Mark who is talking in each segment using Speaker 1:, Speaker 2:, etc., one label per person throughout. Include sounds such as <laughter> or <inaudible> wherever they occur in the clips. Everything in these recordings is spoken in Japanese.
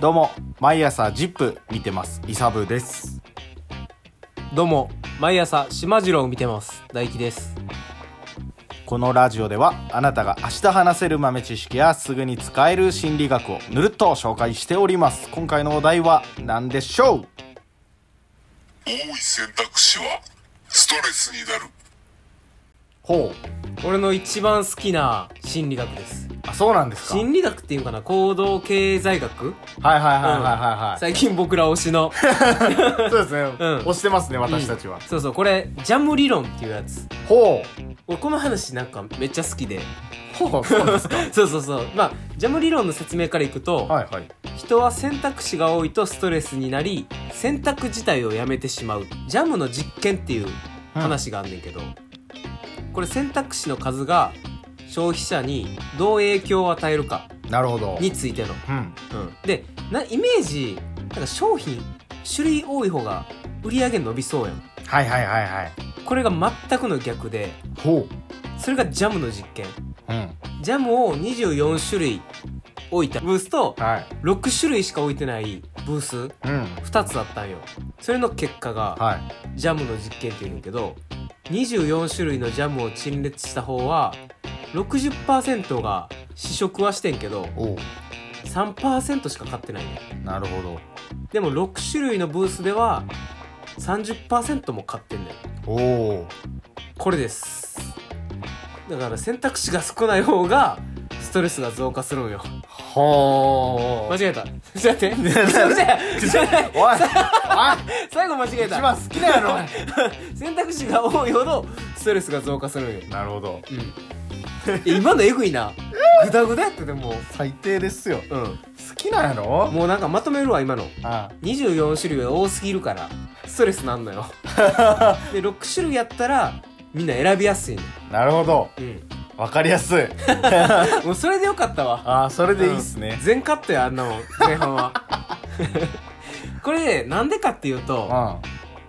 Speaker 1: どうも毎朝 ZIP 見てますイサブです
Speaker 2: どうも毎朝島次郎を見てます大輝です
Speaker 1: このラジオではあなたが明日話せる豆知識やすぐに使える心理学をぬるっと紹介しております今回のお題は何でしょう
Speaker 3: 多い選択肢はストレスになる
Speaker 1: ほう
Speaker 2: 俺の一番好きな心理学です
Speaker 1: あそうなんですかはい
Speaker 2: 心理学っていうかな行動経済学、
Speaker 1: はいはいはいはいはい、
Speaker 2: 最近僕ら推し <laughs> の
Speaker 1: そうですね、
Speaker 2: ん
Speaker 1: 押してますね私たちは、
Speaker 2: そうそうこれジャム理論っていうやつ
Speaker 1: ほ
Speaker 2: 俺この話なんかめっちゃ好きで
Speaker 1: うほうそうですか
Speaker 2: そうそうそうまあジャム理論の説明からいくと、
Speaker 1: <laughs> はいはい
Speaker 2: 人は選択肢が多いとストレスになり選択自体をやめてしまうジャムの実験っていう話があんねんけど、これ選択肢の数が消費者にどう影響を与えるか
Speaker 1: なるほど
Speaker 2: についての、
Speaker 1: うん
Speaker 2: うん、でなイメージなんか商品種類多い方が売り上げ伸びそうやん
Speaker 1: はいはいはいはい
Speaker 2: これが全くの逆で
Speaker 1: ほ
Speaker 2: それがジャムの実験
Speaker 1: ううん
Speaker 2: ジャムを24種類置いたブースと
Speaker 1: はい
Speaker 2: 6種類しか置いてないブース
Speaker 1: うん
Speaker 2: 2つあったんよそれの結果が
Speaker 1: はい
Speaker 2: ジャムの実験っていうんだけど24種類のジャムを陳列した方は60%が試食はしてんけど
Speaker 1: おう
Speaker 2: 3%しか買ってないね
Speaker 1: なるほど
Speaker 2: でも6種類のブースでは30%も買ってんねん
Speaker 1: おお
Speaker 2: これですだから選択肢が少ない方がストレスが増加するんよ
Speaker 1: ほ
Speaker 2: 間違えたちょっ
Speaker 1: <laughs>
Speaker 2: と待ってちょっと待ってちょっと待って
Speaker 1: おいおい
Speaker 2: 最後間違え
Speaker 1: 一
Speaker 2: た
Speaker 1: 番好きだよな
Speaker 2: 選択肢が多いほどストレスが増加するんよ
Speaker 1: なるほど
Speaker 2: え今のエグいなグダグダやってでも
Speaker 1: 最低ですよ
Speaker 2: う
Speaker 1: 好きなんやろ
Speaker 2: んもうなんかまとめるわ今の
Speaker 1: あ
Speaker 2: 24種類は多すぎるからストレスなん
Speaker 1: <laughs>
Speaker 2: のよで6種類やったらみんな選びやすいの
Speaker 1: あなるほど
Speaker 2: うん
Speaker 1: わかりやすい
Speaker 2: もうそれでよかったわ
Speaker 1: ああそれでいいっすね
Speaker 2: 全カットやあんなもん前
Speaker 1: <laughs>
Speaker 2: 半はこれねなんでかっていう
Speaker 1: う
Speaker 2: と
Speaker 1: ん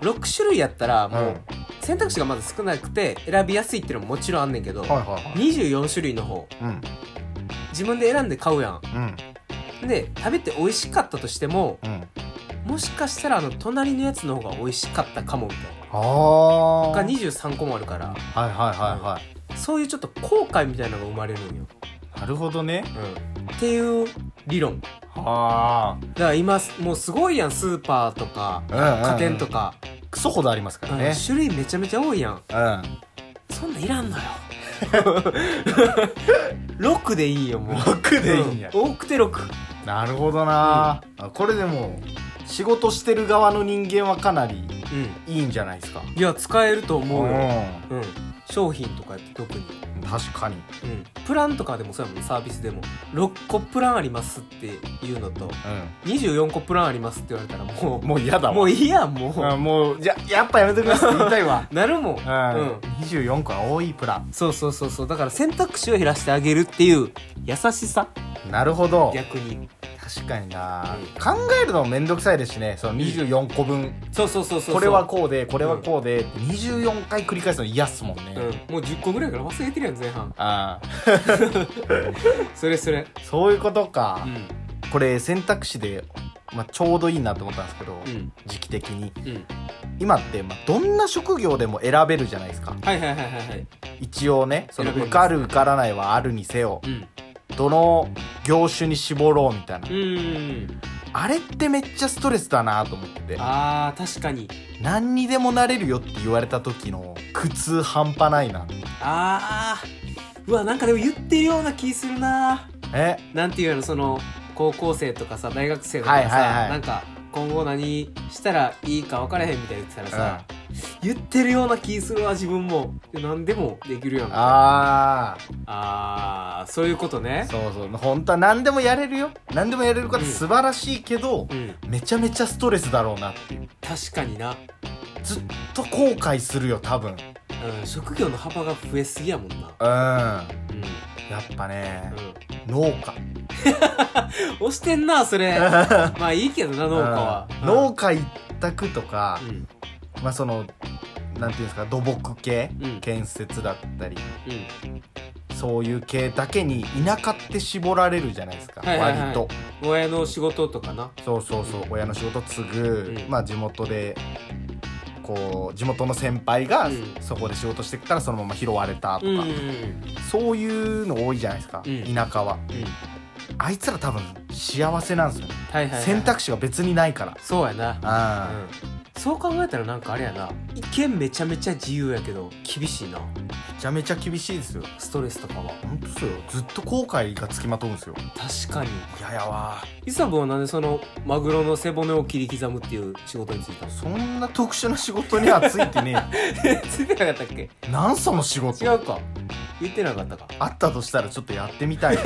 Speaker 2: 6種類やったらも
Speaker 1: うん
Speaker 2: う選択肢がまず少なくて選びやすいっていうのももちろんあんねんけど、
Speaker 1: はいはいはい
Speaker 2: 24種類の方
Speaker 1: うん
Speaker 2: 自分で選んで買うや
Speaker 1: うん
Speaker 2: んで食べて美味しかったとしても
Speaker 1: うん
Speaker 2: もしかしたらあの隣のやつの方が美味しかったかもみたい
Speaker 1: ああ
Speaker 2: な
Speaker 1: は
Speaker 2: が
Speaker 1: い
Speaker 2: 23個もあるから
Speaker 1: はいはいは
Speaker 2: そういうちょっと後悔みたいなのが生まれるんよ、
Speaker 1: いなるほどね
Speaker 2: うん、っていう理論
Speaker 1: は
Speaker 2: だから今もうすごいやんスーパーとか
Speaker 1: あ
Speaker 2: 家電とか、
Speaker 1: クソほどありますからね
Speaker 2: 種類めちゃめちゃ多いやん
Speaker 1: うん
Speaker 2: そんなんいら
Speaker 1: <laughs>
Speaker 2: んのよ6でいいよもう
Speaker 1: 6でいいんや
Speaker 2: う多くて6
Speaker 1: なるほどなあこれでも仕事してる側の人間はかなり
Speaker 2: う
Speaker 1: いいんじゃないですか
Speaker 2: んいや使えると思うよ、
Speaker 1: ん
Speaker 2: うん、商品とかやって特に、
Speaker 1: 確かに
Speaker 2: うん、プランとかでもそうやもんサービスでも6個プランありますっていうのと24個プランありますって言われたらもう
Speaker 1: もう嫌だわ
Speaker 2: もういいやんも
Speaker 1: う
Speaker 2: うん
Speaker 1: もうじゃやっぱやめてく
Speaker 2: <laughs>
Speaker 1: ださいって言いたいわ
Speaker 2: なるもん、
Speaker 1: うん、
Speaker 2: うん、
Speaker 1: 24個は多いプラン
Speaker 2: そうそうそうそうだから選択肢を減らしてあげるっていう優しさ
Speaker 1: なるほど
Speaker 2: 逆に
Speaker 1: 確かにな、
Speaker 2: うん
Speaker 1: 考えるのもめんどくさいですしねその24個分、
Speaker 2: そうそうそうそうそう
Speaker 1: これはこうでこれはこうで、24回繰り返すの嫌っすもんね、
Speaker 2: うん、もう10個ぐらいから忘れてるやん前半
Speaker 1: ああ
Speaker 2: それそれ
Speaker 1: そういうことか
Speaker 2: う、ん
Speaker 1: これ選択肢で、まあ、ちょうどいいなと思ったんですけど、
Speaker 2: うん
Speaker 1: 時期的に
Speaker 2: うん
Speaker 1: 今って、まあ、どんな職業でも選べるじゃないですか
Speaker 2: はいはいはいはいはい
Speaker 1: 一応ねその
Speaker 2: 選べま
Speaker 1: 受
Speaker 2: す
Speaker 1: かる受からないはあるにせよ
Speaker 2: うん
Speaker 1: どの業種に絞ろうみたいな
Speaker 2: うーん
Speaker 1: あれってめっちゃストレスだなと思ってて
Speaker 2: あー確かに
Speaker 1: 何にでもなれるよって言われた時の苦痛半端ないな
Speaker 2: あーうわなんかでも言ってるような気するな
Speaker 1: え
Speaker 2: なんていうのその高校生とかさ大学生とかさ、
Speaker 1: はいはいはい
Speaker 2: なんか今後何したらいいか分からへんみたいな言ってたらさ、言ってるような気するわ自分もで何でもできるようなあ
Speaker 1: あ
Speaker 2: あーそういうこと
Speaker 1: あ
Speaker 2: ね
Speaker 1: そうそう本当は何でもやれるよ何でもやれるから
Speaker 2: うん
Speaker 1: 素晴らしいけど、
Speaker 2: うん
Speaker 1: めちゃめちゃストレスだろうなっていう
Speaker 2: 確かにな、
Speaker 1: ずっと後悔するよ多分うん
Speaker 2: うん、職業の幅が増えすぎやもんな
Speaker 1: や
Speaker 2: うん
Speaker 1: っぱね、
Speaker 2: うん
Speaker 1: 農家
Speaker 2: 押してんなそ
Speaker 1: <laughs>
Speaker 2: れまあいいけどな農家は
Speaker 1: うん農家一択とか
Speaker 2: う、ん
Speaker 1: まあそのなんていうんですか土木系、
Speaker 2: うん
Speaker 1: 建設だったり
Speaker 2: うん
Speaker 1: そういう系だけに田舎って絞られるじゃないですか、
Speaker 2: はいはいはい
Speaker 1: 割と
Speaker 2: 親の仕事とかな
Speaker 1: そうそうそう親の仕事継ぐ、
Speaker 2: うん
Speaker 1: まあ地元でこう地元の先輩が
Speaker 2: うん
Speaker 1: そこで仕事してきたらそのまま拾われたとか、
Speaker 2: うんうん
Speaker 1: そういうの多いじゃないですか、
Speaker 2: うん
Speaker 1: 田舎は
Speaker 2: うん
Speaker 1: あいつら多分幸せなんですよね、
Speaker 2: はいはいはい
Speaker 1: 選択肢が別にないから
Speaker 2: そうやな
Speaker 1: ああ、
Speaker 2: うんそう考えたらなんかあれやな意見めちゃめちゃ自由やけど厳しいな
Speaker 1: めちゃめちゃ厳しいですよ
Speaker 2: ストレスとかは
Speaker 1: ほんとそうよずっと後悔がつきまとうんですよ
Speaker 2: 確かに
Speaker 1: 嫌やわ
Speaker 2: イサブはなんでそのマグロの背骨を切り刻むっていう仕事に就い <laughs> たの
Speaker 1: そんな特殊な仕事にはついて
Speaker 2: <laughs>
Speaker 1: ね
Speaker 2: ついてなかったっけ
Speaker 1: えなんその仕
Speaker 2: 違
Speaker 1: 事
Speaker 2: うか言ってなかった <laughs> か
Speaker 1: あったとしたらちょっとやってみたい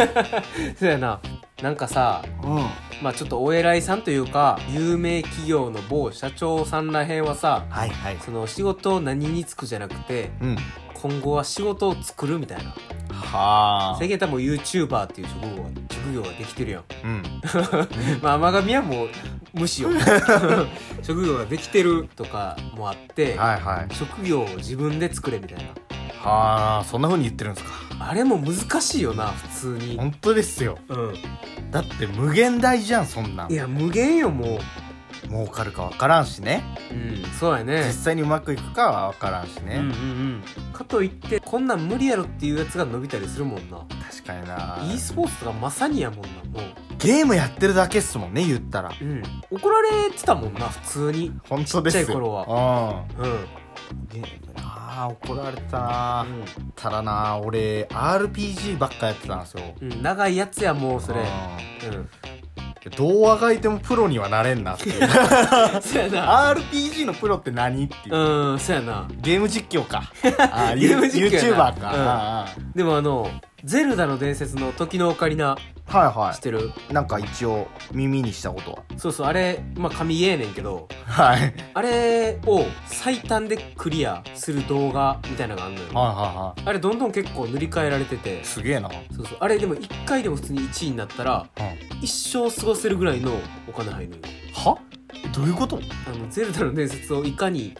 Speaker 2: そうやななんかさ
Speaker 1: うん
Speaker 2: まあちょっとお偉いさんというか有名企業の某社長さんらへんはさ
Speaker 1: はいはい
Speaker 2: その仕事を何に就くじゃなくて
Speaker 1: うんは
Speaker 2: 今後は仕事を作るみたいな
Speaker 1: あ
Speaker 2: 最近多分 YouTuber っていう職業が職業ができてるやん
Speaker 1: うん
Speaker 2: まあ甘神はもう
Speaker 1: <laughs>
Speaker 2: 無視よ職業ができてるとかもあって、
Speaker 1: はいはい
Speaker 2: 職業を自分で作れみたいな
Speaker 1: はあそんな風に言ってるんですか
Speaker 2: あれも難しいよな普通に
Speaker 1: 本当ですよ
Speaker 2: うん
Speaker 1: だって無限大じゃんそんなん
Speaker 2: いや無限よもう
Speaker 1: 儲かるか分からんしね
Speaker 2: うんそうやね
Speaker 1: 実際にうまくいくかは分からんしね、
Speaker 2: うんうんうんかといってこんなん無理やろっていうやつが伸びたりするもんな
Speaker 1: 確かにな
Speaker 2: e スポーツとかまさにやもんなもう
Speaker 1: ゲームやってるだけっすもんね言ったら
Speaker 2: うん怒られてたもんな普通に
Speaker 1: 本当ですよ
Speaker 2: ちっちゃい頃
Speaker 1: は
Speaker 2: うん、うん、
Speaker 1: うんゲームなあ怒られたなあただなあ俺 RPG ばっかやってたんですよ
Speaker 2: うん、長いやつやもうそれ
Speaker 1: うん
Speaker 2: うん
Speaker 1: どうあがいてもプロにはなれんなってい
Speaker 2: <laughs>
Speaker 1: う
Speaker 2: そうやな
Speaker 1: RPG のプロって何っていう、
Speaker 2: うんそうやな
Speaker 1: ゲーム実況
Speaker 2: <laughs>
Speaker 1: かああ
Speaker 2: ゲーム実況やな
Speaker 1: YouTuber か、
Speaker 2: うん
Speaker 1: ああ
Speaker 2: でもあの「ゼルダの伝説」の「時のオカリナ
Speaker 1: ああは」い
Speaker 2: 知ってる、
Speaker 1: はいなんか一応耳にしたことは
Speaker 2: そうそうあれまあ神言えねんけど
Speaker 1: はいはい
Speaker 2: あれを最短でクリアする動画みたいなのがあんのよ、
Speaker 1: は
Speaker 2: あれどんどん結構塗り替えられてて
Speaker 1: いすげえな、うん、
Speaker 2: そうそうあれでも1回でも普通に1位になったら一生過ごせるぐらいのお金入るのよ
Speaker 1: はどういうこと
Speaker 2: あの「ゼルダの伝説」をいかに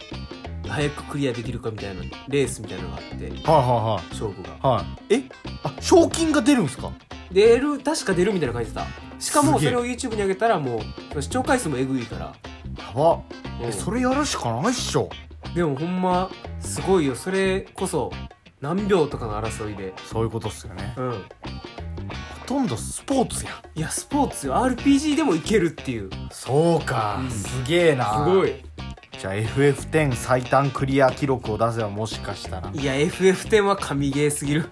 Speaker 2: 早くクリアできるかみたいなレースみたいなのがあって
Speaker 1: は
Speaker 2: 勝負が
Speaker 1: いはいはいはいえあ賞金が出るんすか
Speaker 2: 出る確か出るみたいなの書いてたしかも
Speaker 1: す
Speaker 2: そ
Speaker 1: げえ
Speaker 2: れを YouTube に上げたらもう視聴回数もえぐいから
Speaker 1: やば
Speaker 2: うん
Speaker 1: えそれやるしかないっしょ
Speaker 2: でもほんますごいよそれこそ何秒とかの争いで
Speaker 1: そういうことっすよね
Speaker 2: うん
Speaker 1: ほとんどスポーツやん
Speaker 2: いやスポーツよ RPG でもいけるっていうす
Speaker 1: そうか、
Speaker 2: うん
Speaker 1: すげえな
Speaker 2: ごい
Speaker 1: じゃあ FF10 最短クリア記録を出せばもしかしたら
Speaker 2: いや FF10 は神ゲーすぎる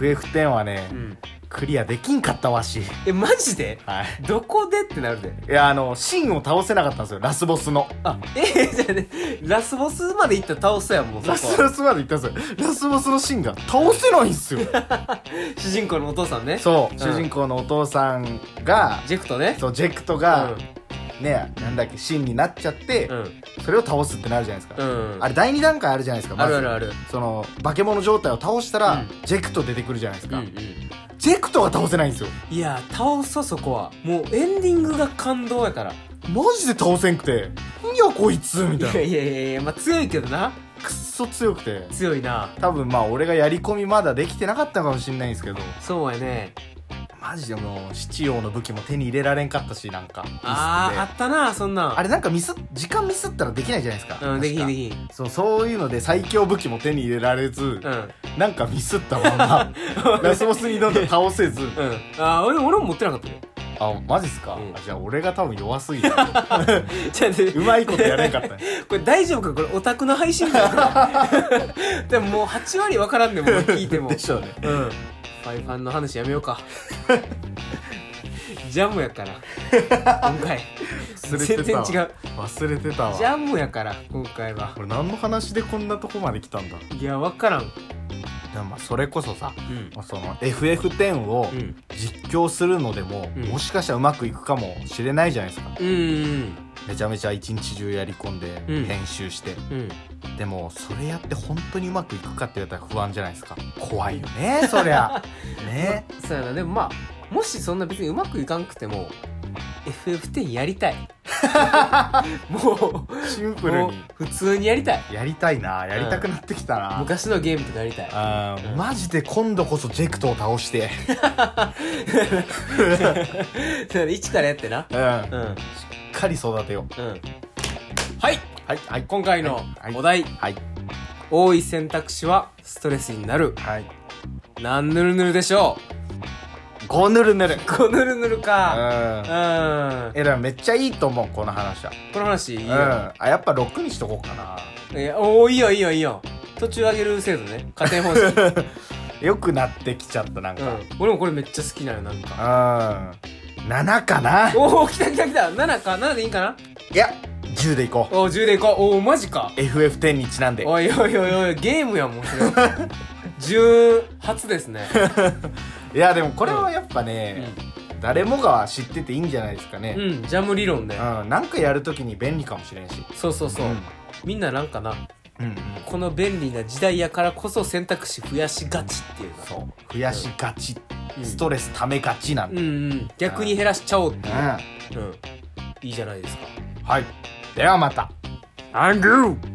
Speaker 1: FF10 はね、
Speaker 2: うん
Speaker 1: クリアできんかったわし
Speaker 2: えマジで
Speaker 1: はい
Speaker 2: どこでってなるで
Speaker 1: いやあのシンを倒せなかったんですよラスボスの
Speaker 2: あえじゃあねラスボスまで行ったら倒すやんもうそ
Speaker 1: ラス
Speaker 2: こ
Speaker 1: ボスまで行ったんですよラスボスのシンが倒せないん
Speaker 2: <laughs>
Speaker 1: すよ
Speaker 2: 主人公のお父さんね
Speaker 1: そう、
Speaker 2: ん
Speaker 1: 主人公のお父さんが
Speaker 2: ジェクトね
Speaker 1: そうジェクト
Speaker 2: う
Speaker 1: が、ねなんだっけシンになっちゃって、
Speaker 2: ん
Speaker 1: それを倒すってなるじゃないです
Speaker 2: う
Speaker 1: か、
Speaker 2: んうん
Speaker 1: あれ第2段階あるじゃないですか
Speaker 2: あ
Speaker 1: まず
Speaker 2: るあるある
Speaker 1: その化け物状態を倒したら、
Speaker 2: うん
Speaker 1: ジェクト出てくるじゃないです
Speaker 2: うん
Speaker 1: か、
Speaker 2: うん
Speaker 1: ジェクトが倒せないんですよ
Speaker 2: いや倒そうそこはもうエンディングが感動やから
Speaker 1: マジで倒せんくて「いやこいつ」み
Speaker 2: い
Speaker 1: た
Speaker 2: <laughs> や
Speaker 1: い
Speaker 2: いやいやいやまあ強いけどな
Speaker 1: なくっそ強くて
Speaker 2: 強いな
Speaker 1: 多分まあ俺がやり込みまだできてなかったかもしんないんですけど
Speaker 2: そうやね
Speaker 1: マジでもう七王の武器も手に入れられんかったしなんかミスって
Speaker 2: あああったなそんなん
Speaker 1: あれなんかミス時間ミスったらできないじゃないですか、
Speaker 2: うんできひんで
Speaker 1: ん
Speaker 2: きひん
Speaker 1: そうそういうので最強武器も手に入れられず、
Speaker 2: うん
Speaker 1: なんかミスったまま
Speaker 2: <laughs>
Speaker 1: ラスボスにどんどん倒せず
Speaker 2: うんあー俺俺も持ってなかったね
Speaker 1: あマジっすか、
Speaker 2: うん
Speaker 1: あじゃあ俺が多分弱すぎて
Speaker 2: <laughs> じゃあね
Speaker 1: うまいことやれんかったね
Speaker 2: これ大丈夫かこれオタクの配信だよこれ <laughs> でももう8割わからんね <laughs> んもう聞い <laughs> ても
Speaker 1: でしょうね
Speaker 2: うん。ファイファンの話やめようか。 <laughs> ジャムやから。今回。
Speaker 1: 忘れてた
Speaker 2: 全然違う。
Speaker 1: 忘れてた
Speaker 2: ジ
Speaker 1: わ
Speaker 2: ャムやから、今回は。
Speaker 1: 俺何の話でこんなとこまで来たんだ
Speaker 2: いや、わからん。
Speaker 1: でもまあそれこそさ
Speaker 2: うん。
Speaker 1: その FF10 を
Speaker 2: うん。
Speaker 1: 実況するのでも、
Speaker 2: うん
Speaker 1: もしかしたらうまくいくかもしれないじゃないですか
Speaker 2: うんうん。
Speaker 1: めちゃめちゃ一日中やり込んで
Speaker 2: うん
Speaker 1: 編集して、
Speaker 2: うん。
Speaker 1: でもそれやって本当にうまくいくかって言われたら不安じゃないですか怖いよねそりゃね
Speaker 2: <laughs> そうやな。でもまあ、もしそんな別にうまくいかんくても、FF10 やりたい。も
Speaker 1: シン
Speaker 2: う
Speaker 1: プル
Speaker 2: も
Speaker 1: に
Speaker 2: う普通にやりたい
Speaker 1: やりたいなやりたくなってきたな、
Speaker 2: 昔のゲームとかやりたい
Speaker 1: あーマジで今度こそジェクトを倒して、
Speaker 2: だから一からやってな
Speaker 1: うん、し
Speaker 2: うんうん
Speaker 1: っかり育てよう
Speaker 2: はい
Speaker 1: はいはい
Speaker 2: 今回のお題、
Speaker 1: はい
Speaker 2: 多い選択肢はストレスになる
Speaker 1: はい
Speaker 2: なんぬるぬるでしょ
Speaker 1: 5ぬるぬるうん
Speaker 2: うこうぬるぬるかうん
Speaker 1: えでもめっちゃいいと思うこの話は
Speaker 2: この話いい
Speaker 1: うん
Speaker 2: よ、
Speaker 1: あやっぱ6にしとこうかない
Speaker 2: やおーいいよいいよいいよ途中上げる制度ね加点方式 <laughs> うん
Speaker 1: 良くなってきちゃったなんか
Speaker 2: 俺もこれめっちゃ好きなのなんか
Speaker 1: うん7かな
Speaker 2: おお来た来た来た7か7でいいんかない
Speaker 1: や10でいこう
Speaker 2: おお10でいこうおおマジか
Speaker 1: FF10 にちなんで
Speaker 2: おいおいおいおいゲームやもんそれ <laughs> 10発ですね、
Speaker 1: いやでもこれはやっぱね、誰もが知ってていいんじゃないですか
Speaker 2: う
Speaker 1: ね
Speaker 2: ん、ジャム理論ね、
Speaker 1: うん、なんかやるときに便利かもしれんし
Speaker 2: そうそうそう、みんななんかな
Speaker 1: うんうん
Speaker 2: この便利な時代やからこそ選択肢増やしがちっていうか
Speaker 1: そう増やしがち、
Speaker 2: うん
Speaker 1: ストレスためがちなん
Speaker 2: う
Speaker 1: だ、
Speaker 2: んうん逆に減らしちゃおうって
Speaker 1: うん
Speaker 2: いう、うん、いいじゃないですか
Speaker 1: はいではまた
Speaker 2: アンドゥ